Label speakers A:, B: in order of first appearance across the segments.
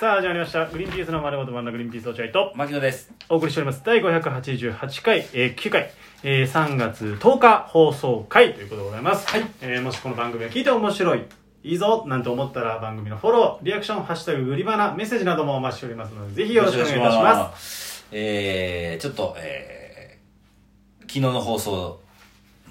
A: さあ始まりました「グリーンピースの丸ごと真ん中グリーンピース落合」と
B: 牧野です
A: お送りしております第588回、えー9回、えー3月10日放送回ということでございます、
B: はい
A: えーもしこの番組を聞いて面白いいいぞなんて思ったら番組のフォローリアクション「ハッシュタググリバナ」メッセージなどもお待ちしておりますのでぜひよろしくお願いいたします
B: すえー、ちょっとえー、昨日の放送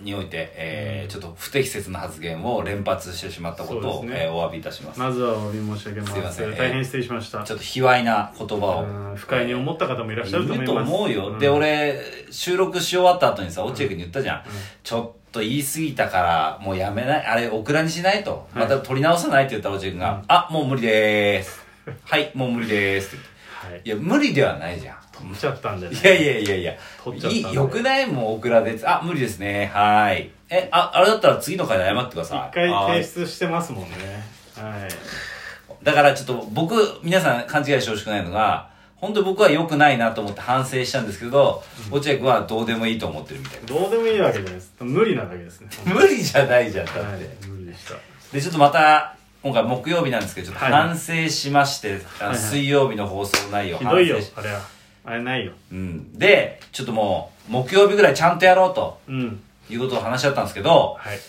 B: において、えーちょっと不適切な発言を連発してしまったこと
A: そう
B: を、
A: ですね
B: えーお詫びいたします、
A: まずはお詫び申し上げます
B: すいません
A: 大変失礼しました、
B: ちょっと卑猥な言葉を、
A: うん不快に思った方もいらっ
B: い
A: しゃると思
B: る
A: い
B: と
A: ます
B: 思うよ、で
A: ん
B: 俺収録し終わった後にさ落合君に言ったじゃん、ちょっと言い過ぎたからもうやめないあれオクラにしないと
A: はい
B: また取り直さないって言ったら落合君が「あもう無理でーすはいもう無理でーす」って
A: はい
B: 言っていや無理ではないじゃん
A: 来ちゃったんじゃない
B: いやいやいやいや
A: 取っちゃったんだ
B: いいよくないもうオクラであ無理ですねはーいえああれだったら次の回で謝ってください
A: 一回
B: はー
A: 提出
B: い
A: してますもんねはい
B: だからちょっと僕、皆さん勘違いしてほしくないのが、本当に僕は良くないなと思って反省したんですけど、落合君はどうでもいいと思ってるみたいな。
A: どうでもいいわけじゃないです無理なだけですね
B: 無理じゃないじゃん、だ
A: は
B: っ
A: い
B: て。
A: 無理でした
B: で、ちょっとまた、今回木曜日なんですけど、ちょっと
A: はい
B: 反省しまして、あの
A: はいはい
B: 水曜日の放送内容
A: ひどいよ
B: 反省し
A: あれはあれないよ
B: うん。で、ちょっともう、木曜日ぐらいちゃんとやろうと
A: うん
B: いうことを話し合ったんですけど、
A: はい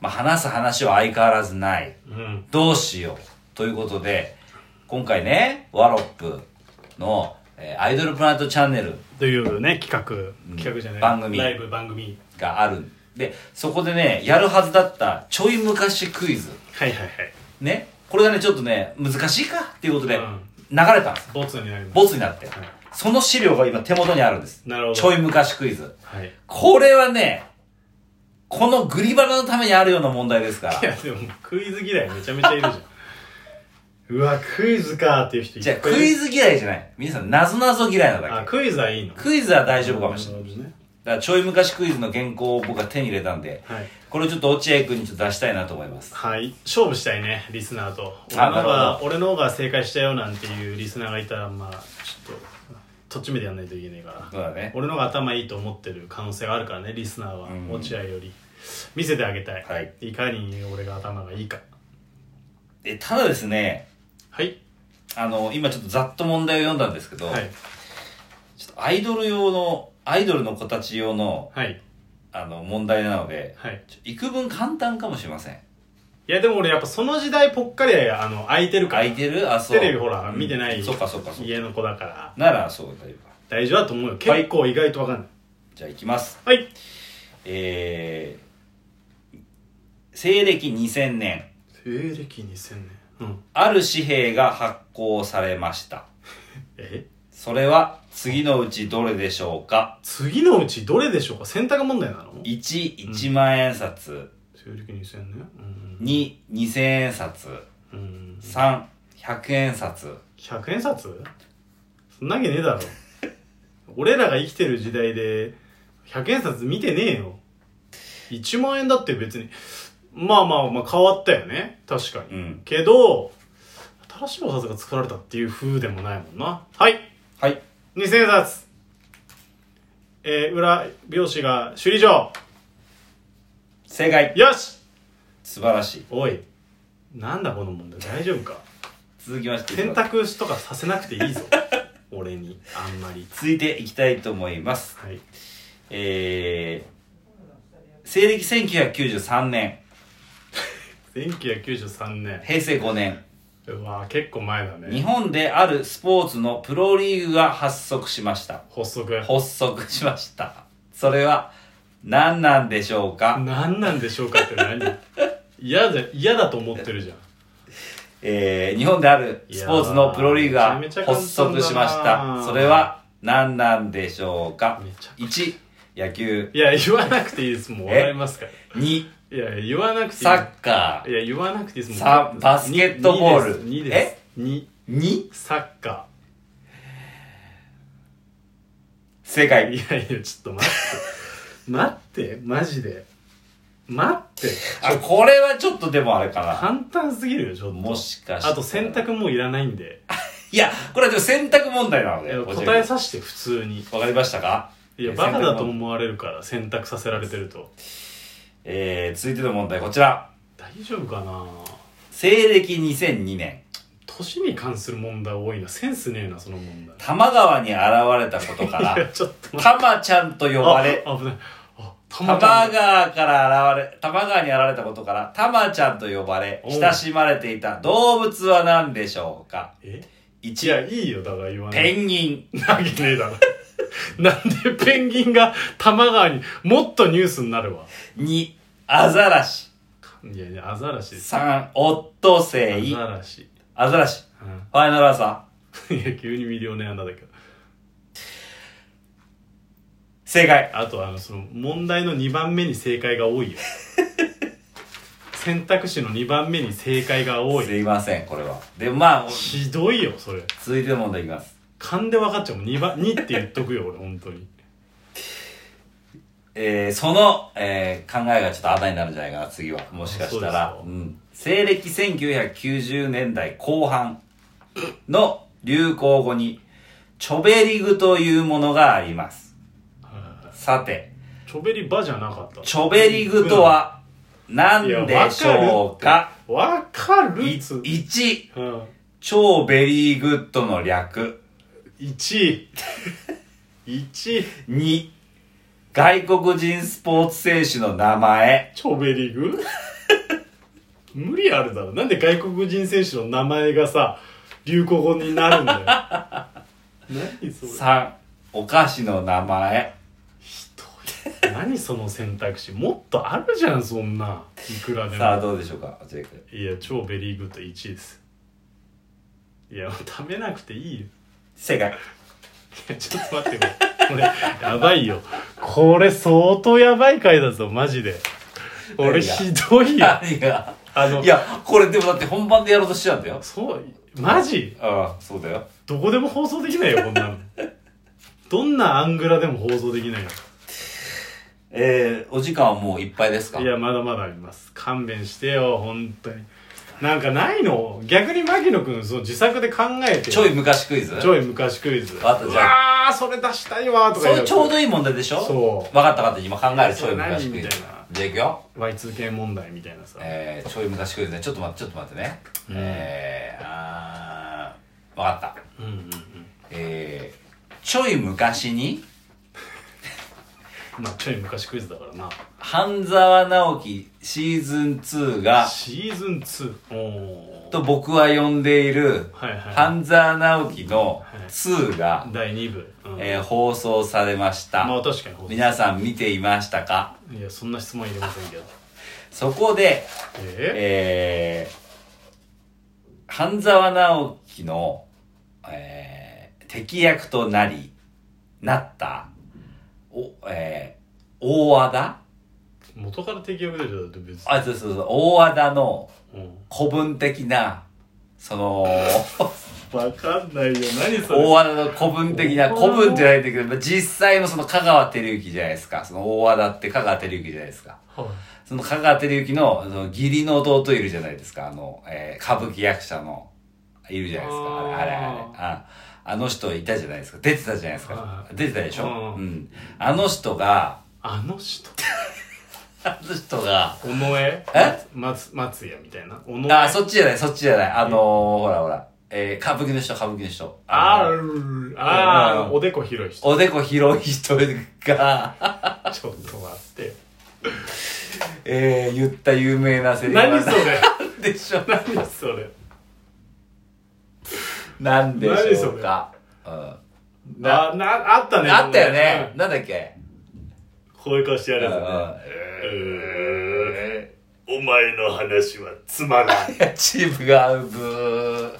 B: まあ、話す話は相変わらずない。
A: うん
B: どうしようということで今回ねワロップの、えーアイドルプラネットチャンネル
A: というね企画企画じゃない
B: 番組
A: ライブ番組
B: があるでそこでねやるはずだったちょい昔クイズ
A: はいはいはい
B: ねこれがねちょっとね難しいかっていうことで
A: うん
B: 流れたんです
A: ボツになります
B: ボツになって
A: はい
B: その資料が今手元にあるんです
A: なるほど
B: ちょい昔クイズ
A: はいい
B: これはねこのグリバナのためにあるような問題ですから
A: やでもクイズ嫌いめちゃめちゃいるじゃんうわクイズかーっていう人いっ
B: じ
A: ぱ
B: ゃ
A: い
B: あ
A: いる
B: クイズ嫌いじゃない皆さんなぞなぞ嫌いなだけ
A: あクイズはいいの
B: クイズは大丈夫かもしれない
A: なるほどね
B: だからちょい昔クイズの原稿を僕は手に入れたんで、
A: はい
B: これをちょっと落合君にちょっと出したいなと思います。
A: はい勝負したいねリスナーと俺
B: あ
A: の方
B: なる
A: が俺の方が正解したよなんていうリスナーがいたらまあちょっととっちめでやんないといけないから
B: そうだね。
A: 俺の方が頭いいと思ってる可能性があるからねリスナーは、
B: うん
A: 落合より見せてあげたい、
B: はい、
A: かに俺が頭がいいか
B: でただですね、
A: はい
B: あの、今ちょっとざっと問題を読んだんですけど、
A: はい
B: ちょっとアイドル用の、アイドルの子たち用の、
A: はい
B: あの、問題なので、
A: はい
B: ちょ幾分簡単かもしれません。
A: いやでも俺やっぱその時代ぽっかりあの空いてるから
B: 空いてるあ、そう。
A: テレビほら見てない
B: うんそっかそっかそっか。
A: 家の子だから
B: なら、そう、大丈夫か。
A: 大丈夫だと思うよ結構意外とわかんない
B: じゃあ行きます。
A: はい
B: えー、西暦2000年、
A: 西暦2000年うん
B: ある紙幣が発行されました。
A: え
B: それは次のうちどれでしょうか
A: 次のうちどれでしょうか選択問題なの
B: ?1、1万円札。
A: 西暦2000年うん
B: 2、2千円札。
A: うん
B: 3、100円札。
A: 100円札そんなわけねえだろ俺らが生きてる時代で100円札見てねえよ1万円だって別にまあまあまあ変わったよね確か
B: う
A: に、
B: ん。
A: けど新しいお札が作られたっていう風でもないもんなはい
B: はい。
A: 2000円札えー、裏表紙が首里城
B: 正解。
A: よし
B: 素晴らしい。
A: おいなんだこの問題大丈夫か
B: 続きまして。
A: 選択肢とかさせなくていいぞ 俺にあんまり
B: 続いていきたいと思います。
A: はい
B: えー、西暦1993年、
A: 1993年
B: 平成5年、
A: うわ結構前だ
B: 日
A: ね
B: 本であるスポーツのプロリーグが発足しました。
A: 発足
B: 発足しました。それは何なんでしょうか
A: 何なんでしょうかって何 嫌だ嫌だと思ってるじゃん
B: えー日本であるスポーツのプロリーグが
A: いやーめちゃめちゃ簡
B: 発
A: 単だな
B: 足しました。それは何なんでしょうか
A: めちゃく
B: ?1、野球。
A: いや言わなくていいですもう
B: え
A: 笑いますか
B: 2、
A: らいや言わなくていい
B: サッカ
A: いや言わなくていいですも
B: さ
A: う
B: バスケットボール
A: 2です2
B: ー。2?
A: サッカ
B: 正
A: ーい
B: 解。
A: やいやちょっと待って待ってマジで待って
B: あ、これはちょっとでもあれか
A: 簡単すぎるよちょ
B: な。
A: っ
B: も
A: と
B: しかして。
A: あと選。択もいらないんで
B: いや、これはでも選択問題なの
A: い
B: で。
A: や
B: ご注意
A: 答えさせて普通に
B: わかりましたか
A: いや
B: えー
A: バカだと
B: 選択問
A: 思われるから選択させられてると
B: えー、続いての問題こちら。
A: 大丈夫かな
B: 西暦2002年、
A: 年に関する問題多いなセンスねえなその問題
B: 玉川に現れたことか
A: いや
B: ら、
A: ちょっと待って
B: 玉ちゃんと呼ばれ、
A: あ危ないあた
B: 玉
A: またま
B: 川から現れ、玉川に現れたことから、玉ちゃんと呼ばれ、
A: おう
B: 親しまれていた動物は何でしょうか
A: えいや
B: ?1、
A: いいよだから言わない
B: ペンギン。
A: なわけねえだろ なんでペンギンが多摩川にもっとニュースになるわ
B: 2、アザラシ。
A: いやいやアザラシです
B: 3、オットセ
A: ア
B: イ。
A: ザラシ、
B: アザラシ。
A: う
B: ファイナルアンサー。
A: ん、 いや急にミリオネアなんだけど
B: 正解。
A: あとあのその問題の2番目に正解が多 いよ選択肢の2番目に正解が多い
B: すいません、これは。で、まあ、
A: ひどいよそれ
B: 続いての問題いきます。
A: 勘で分かっちゃうもん 2, 番2って言っとくよ俺本当に
B: えーその、えー考えがちょっとあだになるんじゃないかな、次は。もしかしたら。
A: そう
B: う
A: です
B: ん。西暦1990年代後半の流行語に、チョベリグというものがあります。さて、
A: チョベリバじゃなかった
B: チョベリグとは何でしょうか
A: 分かるっつ
B: ?1、
A: うん
B: 超ベリーグッドの略。
A: 1 1
B: 2、外国人スポーツ選手の名前。
A: チョベリグ無理あるだろなんで外国人選手の名前がさ流行語になるんだ よ何それ
B: 3、お菓子の名前。
A: ひどい何その選択肢もっとあるじゃんそんないくらで
B: さあ
A: も
B: どうでしょうかジェイク
A: いや超ベリーグッド1ですいや食べなくていいよ
B: 正解
A: いやちょっと待ってこれこれやばいよこれ相当やばい回だぞマジで俺
B: いや
A: ひどい
B: い
A: よ
B: やいや
A: あの
B: いやこれでもだって本番でやろうとしてたんだよ
A: そうマジ
B: ああそうだよ
A: どこでも放送できないよこんなのどんなアングラでも放送できないよ
B: えー、お時間はもういっぱいですか
A: いやまだまだあります勘弁してよ本当になんかないの逆に牧野君その自作で考えて
B: ちょい昔クイズ
A: ちょい昔クイズ
B: あとじゃ
A: うわーそれ出したいわーと
B: そ
A: か
B: れちょうど
A: い
B: いい問題でしょ
A: そう
B: 分かった分かった今考えるちょい
A: それ
B: 昔クイ
A: 何
B: ズ
A: みたいな
B: じゃあいくよ
A: Y2K 問題みたいなさ、
B: えー、ちょい昔クイズねちょっと待ってちょっと待ってね、えー、あー分かった
A: うんうんうん
B: えー、ちょい昔に
A: まあちょい昔クイズだからな
B: 半沢直樹シーズン2が
A: シーズン2おー
B: と僕は呼んでいる
A: はいはい
B: 半沢直樹の
A: はい
B: 2が、
A: 第2部、うん
B: えー放送されました、
A: まあ確かに放送
B: 皆さん見ていましたか
A: いやそんな質問入れませんけど
B: そこで、
A: え
B: えー、半沢直樹の、えー敵役となりなったお、えー大和田
A: ー、元から敵役出てたって別に
B: あそうそうそう大和田の
A: うん
B: 古文的なその
A: わかんないよ何そ
B: 大
A: れ
B: 和田の古文的な、
A: おー
B: 古文じゃないんだけど、まあ実際のその香川照之じゃないですか。その大和田って香川照之じゃないですか。その香川照之のその義理の弟いるじゃないですか。あの、えー歌舞伎役者の、いるじゃないですか。あ
A: あー
B: れあれあれ。ああの人いたじゃないですか。出てたじゃないですか
A: は。
B: 出てたでしょ
A: うん
B: うん。あの人が、
A: あの人
B: あの人が、
A: 尾上
B: え
A: 松松屋みたいな尾上
B: あ、そっちじゃない、そっちじゃない。あのー、ほらほら。えー歌舞伎の人、歌舞伎の人。
A: あ
B: の
A: ーあーおでこ広い人
B: おでこ広い人が、
A: ちょっと待って
B: えー、言った有名なセリフは
A: 何それ
B: なんでしょう
A: 何それ
B: なんでしょうか、うん、な
A: あなあったね
B: あったよね、なんだっけ
A: こういう顔してやる
B: う
A: やつ
B: んう
A: ね
B: ん
A: えーお前の話はつまらない
B: チームが合うブー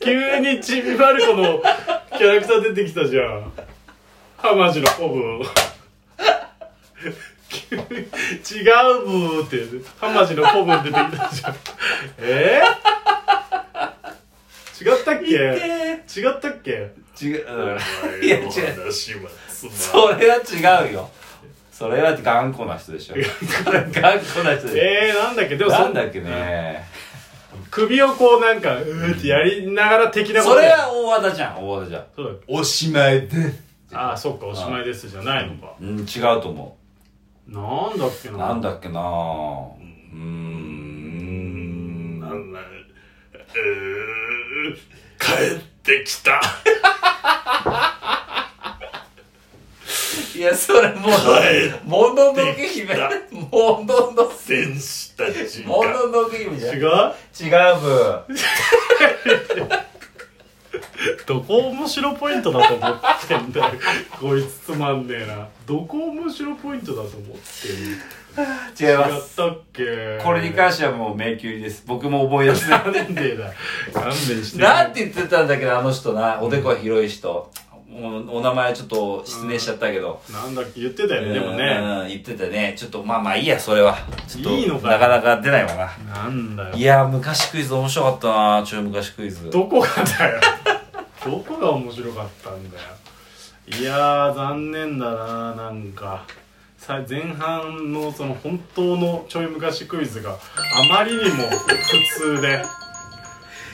A: 急にちびまる子のキャラクター出てきたじゃん浜地のコブ急に違うブーって言う浜地のコブ出てきたじゃんえー、違ったっけ違ったっけ
B: 違う、うん、いや違う
A: 話はつま
B: それは違うよそれは頑固な人でしょ頑固な人でし
A: えー、なんだっけで
B: ょ
A: もそ
B: なんだっけね
A: 首をこうなんかうーってやりながら的な
B: それ
A: や
B: は大和田じゃん大和田じゃん
A: そうだっけ
B: おしまいで
A: ああそっかおしまいですじゃないのか
B: うん違うと思う
A: なんだっけな
B: なんだっけなぁうーん
A: まあ、うー帰ってき た。
B: いや、それもう
A: はい、
B: もののけ姫
A: できた。
B: ものの、
A: 戦士たち
B: も
A: が。
B: ののけ姫じゃん。
A: 違
B: 違う
A: う
B: ブー。
A: どこ面白ポイントだと思ってんだよ。こいつつまんねえな。どこ面白ポイントだと思って
B: 違い
A: んの
B: ま
A: や
B: す。
A: ったっけ
B: これに関してはもう迷宮入りです。僕も思い出せない。
A: なんでだ。勘弁 して。
B: なんて言ってたんだけど、あの人な、おでこは広い人。おお名前ちょっと失念しちゃったけど。
A: なんだっけ言ってたよね、でもね。
B: うん。言ってたね。ちょっと、まあまあいいや、それは。ちょっと
A: いいのか
B: なかなか出ないわな。
A: なんだ
B: い
A: よ。
B: やー、昔クイズ面白かったな中昔クイズ。
A: どこがだよ。 どこが面白かったんだよ。いやー、残念だな、なんか。さ前半のその本当のちょい昔クイズがあまりにも普通で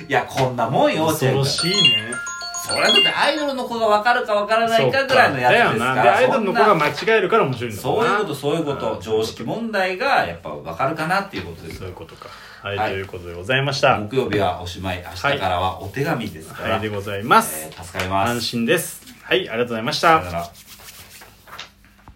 B: いや、こんなもんよ、
A: 恐ろ
B: ち
A: しいね
B: ゃんそれはだってアイドルの子が分かるか分からないかぐらいのやつですから。
A: だよなでアイドルの子が
B: そんな
A: 間違えるから面白いんだもん
B: そう
A: な
B: いうこと、そういうこと。常識問題がやっぱ分かるかなっていうことです
A: そう。いうことかはい、
B: はい
A: ということでございました
B: 木曜日はおしまい、明日からはお手紙ですから。
A: はいでございま
B: え
A: す、
B: ー助かります。
A: 安心ですはいありがとうございまし
B: さ
A: た
B: よなら